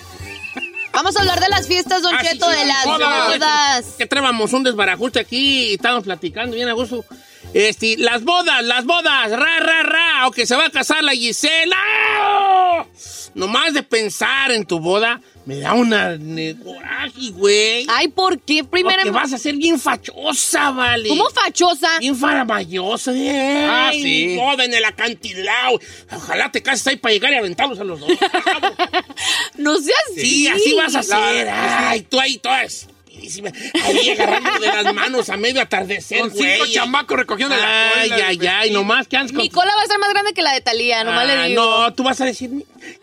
Vamos a hablar de las fiestas, Don
Ah, sí,
Cheto,
sí,
de
sí.
las
Hola, hola,
bodas.
Que traíamos un desbarajuste aquí y estábamos platicando bien a gusto. Este, las bodas, las bodas, ra, ra, ra, o que se va a casar la Gisela. ¡Ah! Nomás de pensar en tu boda, me da una ne- coraje, güey.
Ay, ¿por qué? Primero...
Porque vas a ser bien fachosa, vale.
¿Cómo fachosa?
Bien faramayosa.
Ah,
Ay,
sí.
mi Boda en eh. el acantilado. Ojalá te cases ahí para llegar y aventarlos a los dos.
No seas
Sí, así vas a ser. Ay, tú ahí, toda estupidísima. Ahí agarrando de las manos a medio atardecer,
Con cinco
güey.
chamacos recogiendo la
Ay,
cola del
ay, ay, nomás que antes con...
Mi cola va a ser más grande que la de Talía, nomás
Ah,
le digo.
No, tú vas a decir,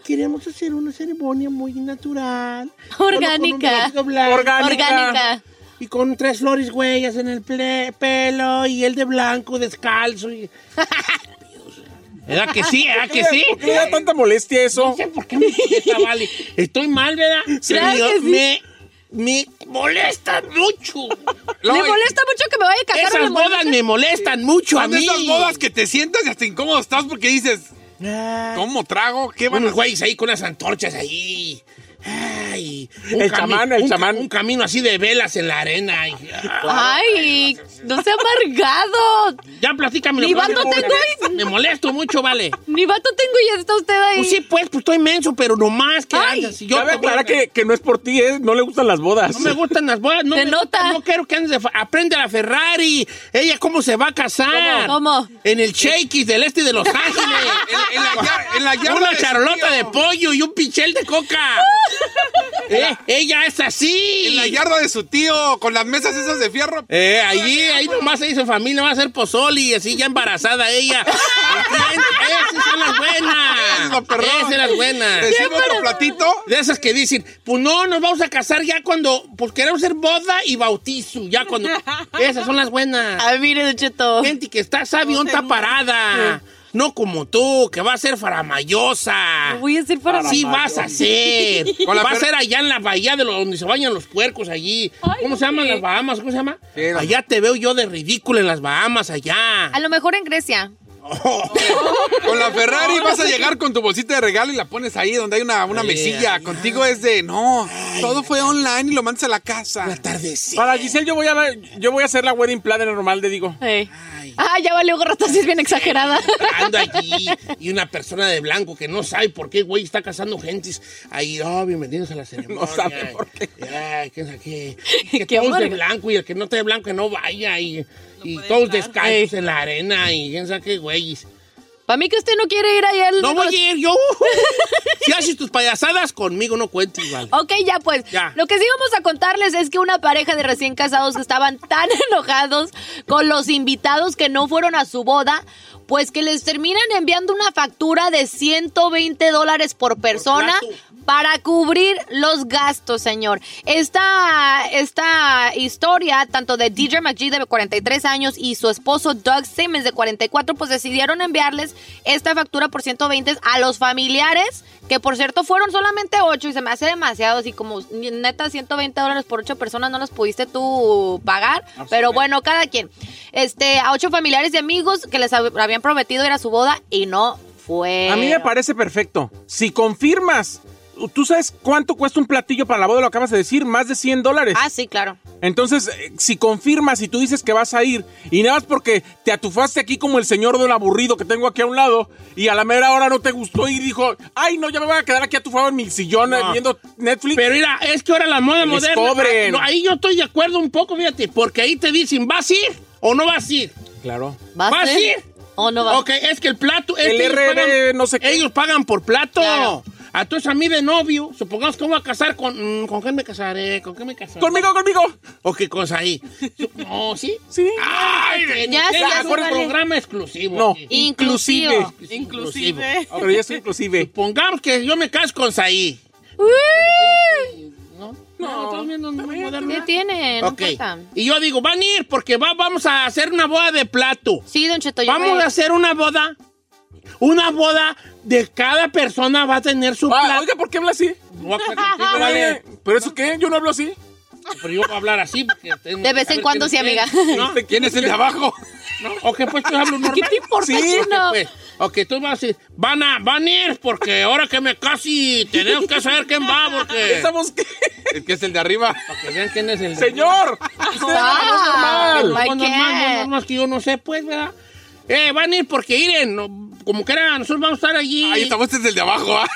queremos hacer una ceremonia muy natural. solo con un
Orgánica.
vestido blanco".
Orgánica. Orgánica.
Y con tres flores huellas en el ple- pelo y el de blanco descalzo. Y... ¿Era que sí? ¿Era que sí?
¿Por qué le da tanta molestia eso?
¿Por qué me molesta, vale? Estoy mal, ¿verdad?
Claro
Señor,
que sí.
me, me molesta mucho.
Le molesta mucho que me vaya a casar. o le
Esas
molesta?
bodas me molestan mucho a
Son de
mí.
esas bodas que te sientas y hasta incómodo estás porque dices,
Ah.
¿cómo trago? ¿Qué van a
Unos güeyes ahí con las antorchas ahí. Ay,
El chamán, el
un ca-
chamán.
Un camino así de velas en la arena. Ay,
Ay, no sea amargado.
Ya platícame.
Ni vato tengo.
Me molesto mucho, vale.
Ni vato tengo y ya está usted ahí.
Pues sí, pues, pues estoy menso, pero nomás que andas. Yo
Cabe
te voy a-
aclarar que, que no es por ti, es, no le gustan las bodas.
No me gustan las bodas. No
Te
me gustan, no quiero que andes de... fa- Aprende a la Ferrari. Ella, ¿cómo se va a casar?
¿Cómo? ¿Cómo?
En el Shakey's del este de Los Ángeles.
en la ya- en la yarda
Una
de
charolota
esquí,
de pollo y un pichel de coca. Eh, ella es así.
En la yarda de su tío, con las mesas esas de fierro.
Eh, allí, ahí nomás ahí su familia va a ser pozoli y así ya embarazada ella. ¿Entiendes? Esas son las buenas. Ah, Esas son las buenas.
¿Te sirve otro platito?
De esas que dicen, pues no, nos vamos a casar ya cuando, pues queremos ser boda y bautizo, ya cuando. Esas son las buenas.
Ay, mire, Don Cheto.
Gente que está sabionta parada. No como tú, que va a ser faramayosa.
No voy a ser faramayosa.
Sí vas a ser.
Con la
va a
fer-
ser allá en la bahía de lo- donde se bañan los puercos allí. ¿Cómo se llaman las Bahamas? ¿Cómo se llama? allá te veo yo de ridículo en las Bahamas, allá.
A lo mejor en Grecia.
Con la Ferrari vas a llegar con tu bolsita de regalo y la pones ahí donde hay una, una mesilla. Contigo es de, no, todo fue online y lo mandas a la casa. La
tardecita.
Para Giselle, yo voy a, la- yo voy a hacer la wedding planner normal, de digo.
Ey. Ah, ya valió gorrota si es bien exagerada.
Ando allí y una persona de blanco que no sabe por qué, güey, está casando gentes. Ahí, oh, bienvenidos a la ceremonia.
No sabe por
qué. Ay, que es aquí. Que todos de
amargo.
blanco y el que no esté de blanco que no vaya. Y, y todos descalzos en la arena y quién sabe qué, güey.
Para mí que usted no quiere ir ahí al...
No voy a ir yo. si haces tus payasadas, conmigo no cuentes, vale.
Ok, ya pues.
Ya.
Lo que sí vamos a contarles es que una pareja de recién casados que estaban tan enojados con los invitados que no fueron a su boda, pues que les terminan enviando una factura de 120 dólares por persona para cubrir los gastos, señor. Esta, esta historia, tanto de DJ McGee de 43 años y su esposo Doug Simmons de 44, pues decidieron enviarles esta factura por 120 a los familiares, que por cierto fueron solamente 8 y se me hace demasiado, así como neta 120 dólares por 8 personas no los pudiste tú pagar,
Ah,
pero bueno, cada quien. Este, a 8 familiares y amigos que les hab- habían prometido ir a su boda y no fue.
A mí me parece perfecto. Si confirmas, tú sabes cuánto cuesta un platillo para la boda, lo acabas de decir, más de 100 dólares.
Ah, sí, claro.
Entonces, eh, si confirmas y tú dices que vas a ir, y nada más porque te atufaste aquí como el señor del aburrido que tengo aquí a un lado, y a la mera hora no te gustó y dijo, ay, no, ya me voy a quedar aquí atufado en mi sillón eh,
No.
viendo Netflix.
Pero mira, es que ahora la moda
Les
moderna.
cobren.
No, ah, ahí yo estoy de acuerdo un poco, fíjate, porque ahí te dicen, ¿vas a ir o no vas a ir?
Claro.
¿Vas, a ir?
¿O no vas?
Ok, es que el plato. es
El
que ellos
RR,
pagan-
no sé qué.
Ellos pagan por plato.
Claro.
Entonces a mí de novio, supongamos que me voy a casar con... mm, ¿Con quién me casaré? ¿Con quién me casaré?
Conmigo, conmigo.
¿O qué cosa ahí? Su- No, ¿sí?
Sí.
¡Ay!
Ya
es
sé, ya
un
súbale.
programa exclusivo.
No,
aquí.
Inclusivo.
Es
Inclusive.
Ah, Pero ya es inclusive.
Supongamos que yo me caso con Saí.
No,
también no, no,
¿Qué tiene? No
Ok.
importa.
Y yo digo, van a ir porque va- vamos a hacer una boda de plato.
Sí, don Cheto, yo
Vamos
voy.
a hacer una boda. Una boda de cada persona va a tener su
Ah,
plato.
oiga, ¿por qué habla así?
No voy a hablar
Ah,
contigo,
Vale.
vale.
¿Pero eso qué? Yo no
Eh.
hablo así.
Pero yo voy a hablar así porque tengo
De
que
vez en
saber
cuando sí,
quién es
amiga.
quién, ¿no?
¿Quién es el de abajo?
¿No? Ok, pues yo hablo normal.
¿Qué te importa,
Sí,
chino?
ok, pues. Ok, tú vas a decir, van a, van a ir porque ahora que me casi tenemos que saber quién va porque...
Estamos qué?
El que es el de arriba.
Para que vean quién es el...
Señor. Usted
Ah,
Pues,
no es normal.
Michael.
No, normal, no, normal, que yo no sé, pues, ¿verdad? Eh, van a ir porque iren, no, como que era, nosotros vamos a estar allí.
Ahí estamos, este es el de abajo, ¿ah?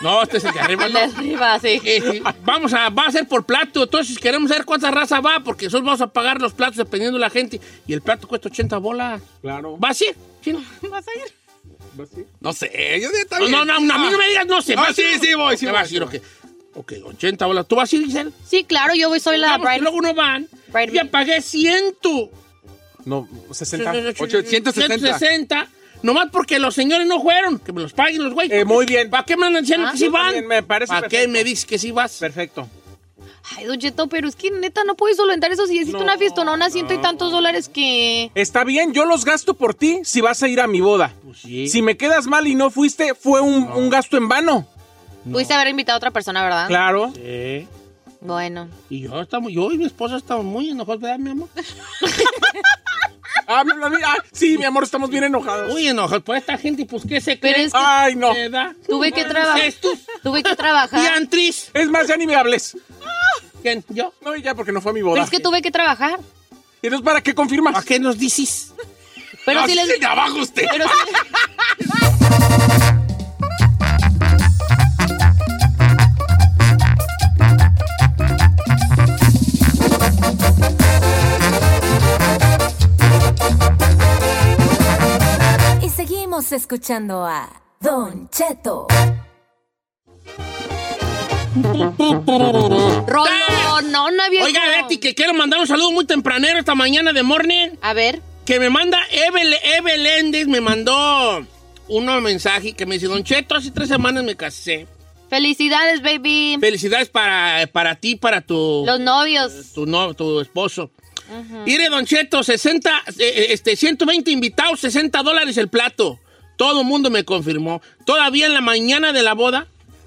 No, este es el de arriba,
El de
no.
arriba, sí.
Eh, sí, vamos a, va a ser por plato, entonces queremos saber cuánta raza va, porque nosotros vamos a pagar los platos dependiendo de la gente, y el plato cuesta 80 bolas.
Claro.
¿Va a ser? Chino?
¿Vas a ir?
No sé, yo de está
No,
bien.
no, no, a mí no me digas, no sé.
Ah,
¿vas a
sí,
ir?
sí, voy, sí,
¿Qué
voy,
vas a
sí,
ir,
voy.
Ok, Ok, 80 bolas. ¿Tú vas a ir, Giselle?
Sí, claro, yo voy, soy la
Vamos, que
bride.
luego no van.
Bride-
Ya pagué 100.
No, 60.
860.
860. Nomás porque los señores no fueron, que me los paguen los güeyes.
Eh, muy bien.
¿Para qué me andan diciendo
Ah,
que sí
yo
van?
también, me parece
¿Para qué
perfecto.
me dices que sí vas?
Perfecto.
Ay, don Cheto, pero es que neta no puedes solventar eso. Si hiciste una fiestonona, ciento y tantos dólares que...
Está bien, yo los gasto por ti si vas a ir a mi boda.
Pues sí.
Si me quedas mal y no fuiste, fue un, un gasto en vano.
Pudiste haber invitado a otra persona, ¿verdad?
Ah.
Claro.
Sí.
Bueno.
Y yo, estamos, yo y mi esposa estamos muy enojados, ¿verdad, mi amor?
Ah, mi- mi- ah, sí, mi amor, estamos bien enojados.
Muy enojados por esta gente, pues qué se
Pero
cree.
es que
Ay, no.
¿Verdad?
tuve que trabajar.
Estos
Tuve que trabajar.
diantris.
Es más, ya ni me hables.
¿Quién? ¿Yo?
No, y ya, porque no fue a mi
Pero
boda.
es que tuve que trabajar.
¿Y entonces para qué confirmas?
¿A qué nos dices?
Pero
No,
si
sí es
les...
el de abajo usted.
Pero si...
Y seguimos escuchando a Don Cheto.
Rollo, no, no había...
Oiga, Betty, que quiero mandar un saludo muy tempranero esta mañana de morning.
A ver.
que me manda Evelyn Eveléndez, me mandó un mensaje que me dice, Don Cheto, hace tres semanas me casé.
Felicidades, baby.
Felicidades para, para ti, para tu,
Los novios.
tu, no- tu esposo. Mire, Don Cheto, 60, eh, eh, este, 120 invitados, 60 dólares el plato. Todo el mundo me confirmó. Todavía en la mañana de la boda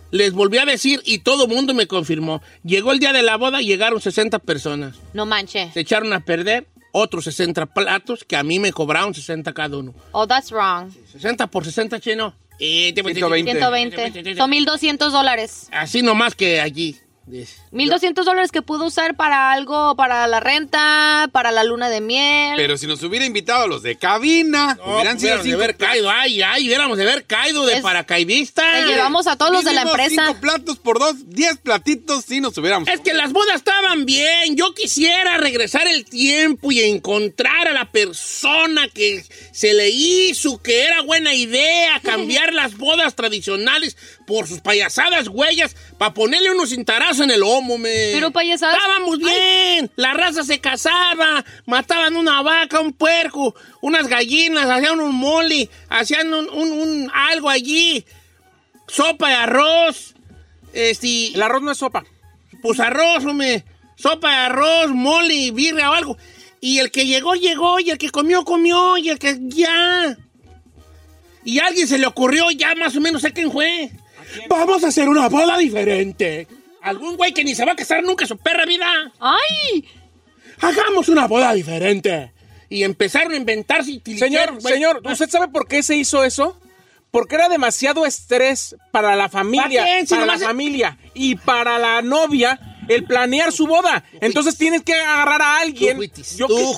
les volví a decir y todo el mundo me confirmó. Llegó el día de la boda y llegaron 60 personas.
No manches.
Se echaron a perder otros 60 platos que a mí me cobraron 60 cada uno.
Oh, that's wrong.
60 por 60 chino. Eh, te-
120.
120. Son 1200 dólares.
Así nomás que allí.
1200 dólares que pudo usar para algo, para la renta, para la luna de miel.
Pero si nos hubiera invitado a los de cabina,
pues,
hubieran sido
hubiéramos de haber caído, ¿ah? ay, ay, hubiéramos de haber caído de paracaidista.
Te llevamos a todos los de la
Mínimo
empresa.
cinco platos por dos, diez platitos si nos hubiéramos.
Es que las bodas estaban bien. Yo quisiera regresar el tiempo y encontrar a la persona que se le hizo que era buena idea cambiar las bodas tradicionales por sus payasadas huellas para ponerle unos cintarazos en el lomo, me.
Pero payasadas-
Estábamos bien. La raza se casaba, mataban una vaca, un puerco, unas gallinas, hacían un mole, hacían un- un- un algo allí. Sopa de arroz. Este, el
arroz no es sopa.
Pues arroz, hombre. Sopa de arroz, mole, birra o algo. Y el que llegó, llegó. Y el que comió, comió. Y el que ya. Y a alguien se le ocurrió, ya más o menos sé quién fue. Vamos a hacer una boda diferente. Algún güey que ni se va a casar nunca en su perra vida.
¡Ay!
Hagamos una boda diferente. Y empezaron a inventarse y
Señor, señor, ¿usted sabe por qué se hizo eso? Porque era demasiado estrés para la familia,
¿Para qué? Si
para la
nomás-
familia y para la novia el planear su boda. Entonces tienes que agarrar a alguien. Yo
tú,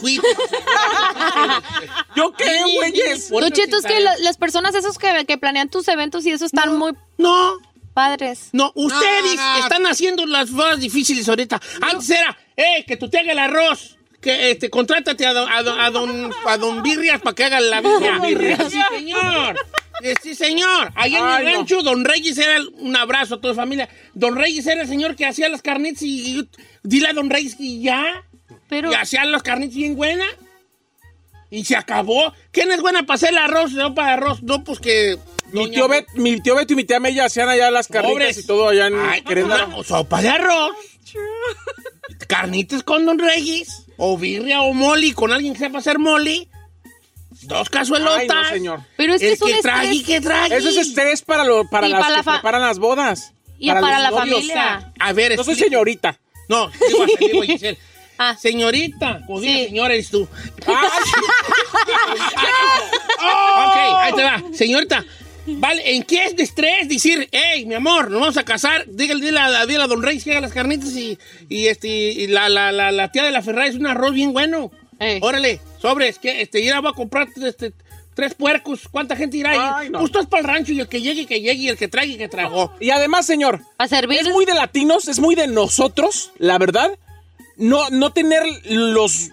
Yo qué, güeyes.
Tú, Cheto, es que lo- las personas esos que, que planean tus eventos y eso están muy
no
padres.
No, Ustedes están haciendo las cosas difíciles ahorita. Antes era, eh, que tú te hagas el arroz. Que este, contrátate a don, a don, a don, a don Birrias para que haga la birria.
Don Birrias.
Sí, señor. Eh, Sí, señor. Allá en
Ay,
el
no.
rancho, don Reyes era el- un abrazo a toda la familia. Don Reyes era el señor que hacía las carnitas y, y- dile a don Reyes que ya.
Pero.
Y hacía las carnitas bien buenas. Y se acabó. ¿Quién es buena para hacer el arroz? No, para arroz. No, pues que.
Mi tío, Bet- mi tío Beto y mi tía Mella hacían allá las carnitas
Pobres.
y todo allá en
Ay,
Querétaro.
no, sopa de arroz. carnitas con Don Reyes, o birria o moli con alguien que sepa hacer moli, dos cazuelotas.
Ay, no, señor.
Pero es que
El
es un
que trague,
estrés.
que trague.
Eso es estrés para, lo, para
Y
las
para la
que
fa-
preparan las bodas.
y para
los
la
novios.
familia.
A ver,
No soy
explica.
señorita.
No, digo, así, digo, Giselle. Señorita, o diga señora, eres tú. ok, ahí te va. Señorita, vale, ¿en qué es de estrés decir, hey, mi amor, nos vamos a casar? Dígale, dile a, dile a Don Reyes que haga las carnitas y, y, este, y la, la, la, la tía de la Ferrari es un arroz bien bueno. Órale, sobres, que este, ya voy a comprar este, tres puercos. ¿Cuánta gente irá ahí? Pues tú para el rancho y el que llegue, que llegue y el que traiga, que tragó.
Y además, señor,
a servir.
es muy de latinos, es muy de nosotros, la verdad, no, no tener los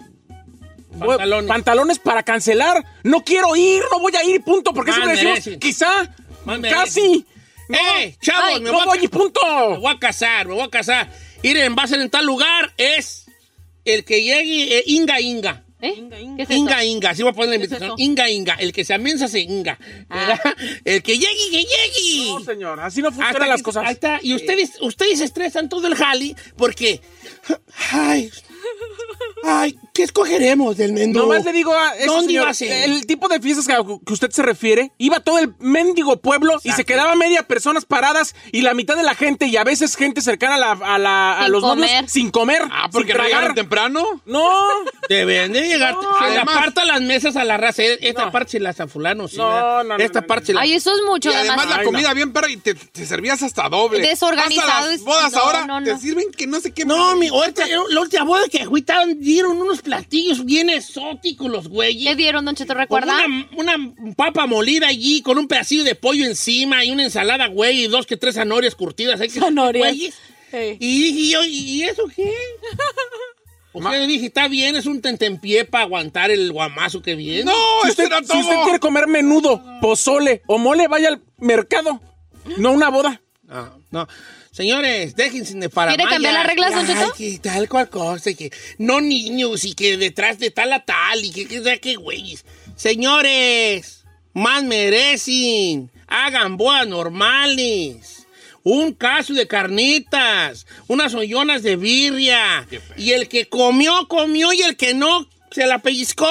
pantalones. para cancelar. No quiero ir, no voy a ir, punto, porque
Mal
siempre decimos,
merecen.
quizá,
Mal merecen.
casi. No,
¡Eh, chavos!
Ay,
me
no
voy
voy y punto.
Me voy a casar, me voy a casar. Miren, va a ser en tal lugar, es el que llegue, eh, Inga Inga.
¿Qué es
Inga,
eso?
Inga, así voy a poner la
¿Qué es
invitación.
eso? Ah.
Inga, Inga, el que se amensa se Inga. ¿Verdad? El que llegue, que llegue.
No, señor, así no
Hasta
funcionan las
que-
cosas.
ahí está. Y ustedes, ustedes se estresan todo el jali porque. Ay. Ay, ¿qué escogeremos del menú?
Nomás le digo a ese
¿Dónde
señor,
iba a ser?
el tipo de fiestas que, que usted se refiere, iba todo el mendigo pueblo y se quedaba media personas paradas y la mitad de la gente y a veces gente cercana a, la- a la- a
Sin
los
comer.
novios sin comer.
Ah, porque
sin
no llegaron
tragar.
temprano.
No,
Deben de llegar.
No,
se le
además-
aparta las mesas a la raza. Esta parte se las a fulano. sí,
No,
¿verdad?
no, no,
Esta
no,
parte se la-
Ay, eso es mucho.
Y además la
Ay,
comida
no.
bien perra y te, te servías hasta doble.
Desorganizado
Vas a las
es-
bodas
no,
ahora
no,
te
no.
sirven que no sé qué.
No, mi, ahorita, la última boda que agüitaron dieron unos platillos bien exóticos los
¿Qué
güeyes.
dieron, Don Cheto?
Con
¿Recuerda?
Una, una papa molida allí, con un pedacillo de pollo encima y una ensalada, güey, y dos que tres zanahorias curtidas. Hay que
Zanahorias.
güeyes. Y dije yo, ¿y eso qué? O sea, yo dije, está bien, es un tentempié para aguantar el guamazo que viene.
No,
si
este era
usted, si usted
todo.
quiere comer menudo, pozole o mole, vaya al mercado, no una boda.
No, Ah, no. Señores, déjense de para
¿Quiere cambiar las reglas, Don Cheto?
que tal cual cosa, y que no niños, y que detrás de tal a tal, y que que sea que güeyes. Señores, más merecen, hagan bodas normales. Un caso de carnitas, unas ollonas de birria, y el que comió, comió, y el que no, se la pellizcó.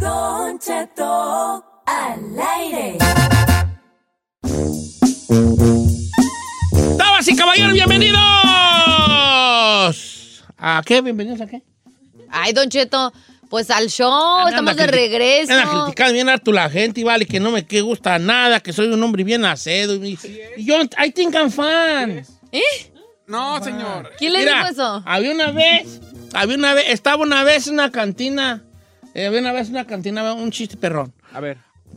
Don Cheto al aire.
Damas y caballeros, bienvenidos a ¿A qué? ¿Bienvenidos a qué?
Ay, Don Cheto, pues al show, estamos de regreso.
Anda criticando bien harto la gente y vale que no me que gusta nada, que soy un hombre bien nacido. Y, y yo, I think I'm fan.
¿Eh?
No, señor.
¿Quién le
Mira,
dijo eso?
Había una vez, había una vez, estaba una vez en una cantina, eh, había una vez en una cantina, un chiste perrón.
A ver.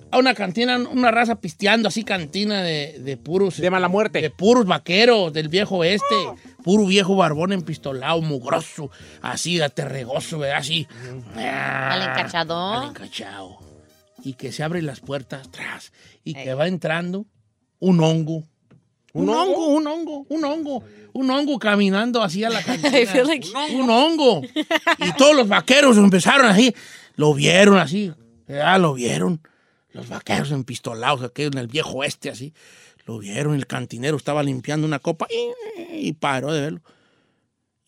A una cantina, una raza pisteando así, cantina de, de puros. De
mala muerte.
De puros vaqueros del viejo oeste. Puro viejo barbón empistolado, mugroso, así, aterregoso, ¿verdad? Así.
Al encachador.
Al encachado. Y que se abren las puertas atrás y que va entrando un hongo. Un, hongo? un hongo, un hongo, un hongo caminando así a la cantina.
I feel like-
Un hongo. Y todos los vaqueros empezaron así, lo vieron así, ya lo vieron. Los vaqueros empistolados, aquellos en el viejo este así, lo vieron. El cantinero estaba limpiando una copa y, y paró de verlo.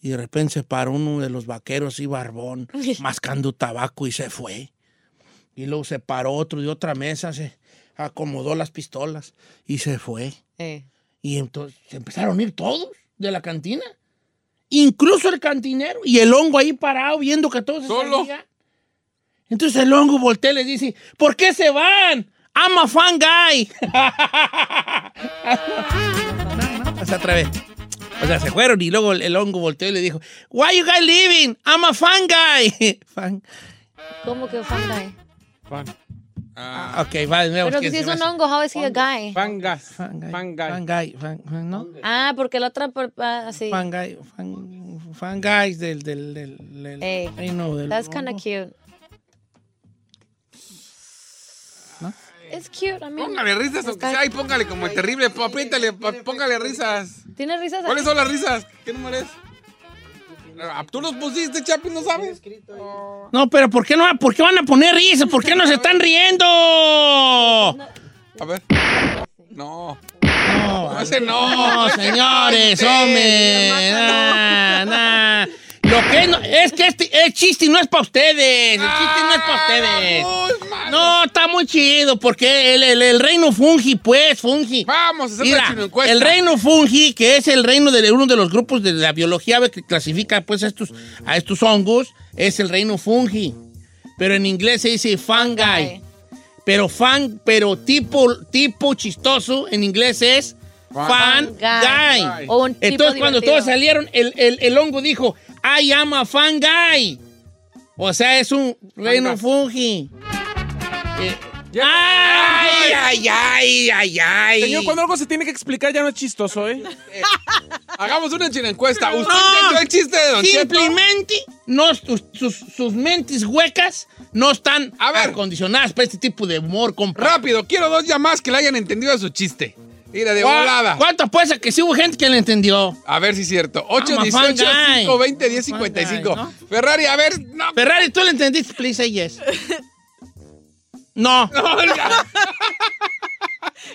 Y de repente se paró uno de los vaqueros y barbón, mascando tabaco y se fue. Y luego se paró otro de otra mesa, se acomodó las pistolas y se fue. Y entonces se empezaron a ir todos de la cantina. Incluso el cantinero y el hongo ahí parado viendo que todos se
Solo.
salían. Entonces el hongo voltea y les dice, ¿por qué se van? I'm a fan guy. o sea, otra vez. O sea, se fueron y luego el, el hongo volteó y le dijo, Why you guys leaving? I'm a fan guy. fan.
¿Cómo que fan guy?
Fan.
Ah, ok, va de nuevo.
Pero
¿quién
si
se
es
va?
un hongo, how is he a guy?
Fangas.
Fan guy, fan- fan- ¿no?
Ah, porque la otra por- ah, así.
Fan guy, fan, fan guys del, del, del, del-
Ey,
ay, no, del
That's
hongo.
kind of cute.
¿No?
It's cute, I mean.
Póngale risas, aunque
está-
sea, y póngale como el terrible, po- apriétale, po- póngale risas.
¿Tiene risas?
¿Cuáles
ahí?
son las risas? ¿Qué número es? Ah, Tú los pusiste, Chapi, ¿no sabes?
No, pero ¿por qué, no, ¿por qué van a poner risas? ¿Por qué no se están riendo?
A ver. No.
No,
No, ese no.
No,
ese
señores,
no,
hombre. Nah, nah. Lo que no- es que este el chiste no es para ustedes. El chiste no es para ustedes. No, está muy chido porque el, el- el reino fungi, pues, fungi.
Vamos a hacer
Mira,
la chino encuesta.
el reino fungi, que es el reino de uno de los grupos de la biología que clasifica pues a estos, a estos hongos, es el reino fungi. Pero en inglés se dice fungi. Pero fan, pero tipo, tipo chistoso en inglés es fan, guy.
guy. O un tipo
Entonces cuando
divertido.
todos salieron, el, el- el hongo dijo, I am a fan guy. O sea, es un reino fungi. Eh, ¡Ay, ay, ay, ay, ay!
Señor, cuando algo se tiene que explicar ya no es chistoso, ¿eh?
Hagamos una chino encuesta. ¿Usted
No.
entendió el chiste de Don Cheto?
Simplemente no, sus, sus- sus mentes huecas no están acondicionadas para este tipo de humor, compa.
Rápido, quiero dos llamadas que le hayan entendido a su chiste. Mira, de
¿Cuá-
volada.
¿Cuánto puede ser que sí hubo gente que le entendió?
A ver si es cierto.
fan guy.
818-520-1055.
I'm a fan
Ferrari, a ver. No.
Ferrari, ¿tú le entendiste? Please say yes. No,
No, oiga.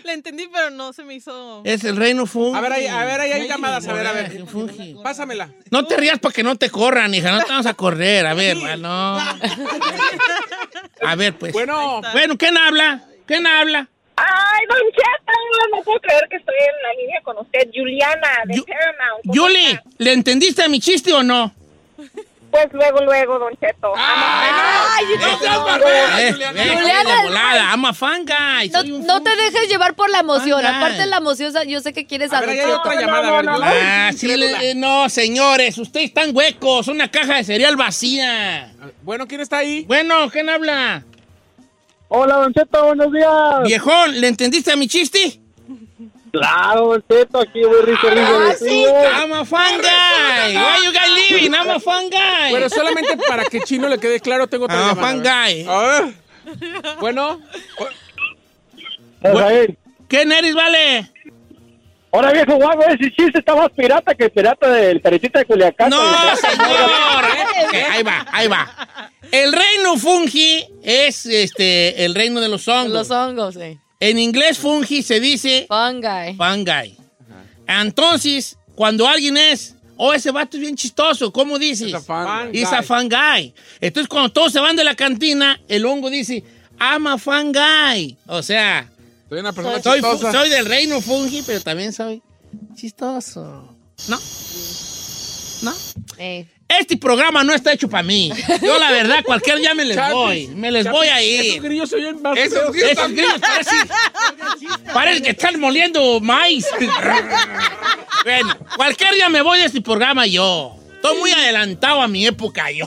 Le entendí, pero no se me hizo.
es el reino fungi.
A ver, ahí- a ver, ahí hay
Fungi,
llamadas, a ver, a ver.
fungi, fungi.
Pásamela.
No te rías para que no te corran, hija. No te vamos a correr. A ver, no. A ver, pues.
Bueno,
Bueno, ¿quién habla? ¿Quién habla?
Ay, Don Cheto, no puedo creer que estoy en la línea con usted, Juliana, de
Yu-
Paramount. ¿Cómo
Yuli,
está?
¿le entendiste a mi chiste o no?
Pues luego, luego, Don Cheto.
Ah.
¡Ay, no! ¡No seas barbero,
Eh,
Juliana!
eh,
Juliana,
de volada, ama fan guy.
No,
soy un
no
fan.
te dejes llevar por la emoción.
Fan guy.
Aparte de la emoción, yo sé que quieres
a ver,
algo
ahí hay otra llamada. a ver,
no, no,
Yolanda.
Ah, sí, le- eh, no, señores, ustedes están huecos, una caja de cereal vacía.
Bueno, ¿quién está ahí?
Bueno, ¿quién habla?
Hola, Don Cheto, buenos días.
Viejón, ¿le entendiste a mi chiste?
Claro, Don Cheto, aquí voy rico, rico.
Ah,
de
sí,
tío.
I'm a fan guy. Why you guys living? I'm a fan guy.
Bueno, solamente para que Chino le quede claro, tengo otra
I'm a
llamada.
fan
a
guy.
ver. A ver. Bueno,
Eh, Rafael.
¿Quién eres, vale?
Hola, viejo guapo, ese chiste está más pirata que el pirata del Peretita de Culiacán.
No, señor. ¿eh? Ok, ahí va, ahí va. El reino fungi es este el reino de los hongos.
Los hongos, eh.
En inglés fungi se dice
Fun guy.
fungi. Entonces, cuando alguien es, oh, ese vato es bien chistoso, ¿cómo dices?
It's a fan guy.
It's a fan guy. Entonces, cuando todos se van de la cantina, el hongo dice, I'm a fan guy. O sea,
Soy una persona
soy, fu-
chistosa.
soy del reino fungi, pero también soy chistoso. No. No.
Eh.
Este programa no está hecho para mí. Yo, la verdad, cualquier día me les voy. Me les voy a ir.
grillos se oyen más
Esos
feos.
grillos, parecen, parece que están moliendo maíz. bueno, cualquier día me voy de este programa yo. Estoy muy adelantado a mi época yo.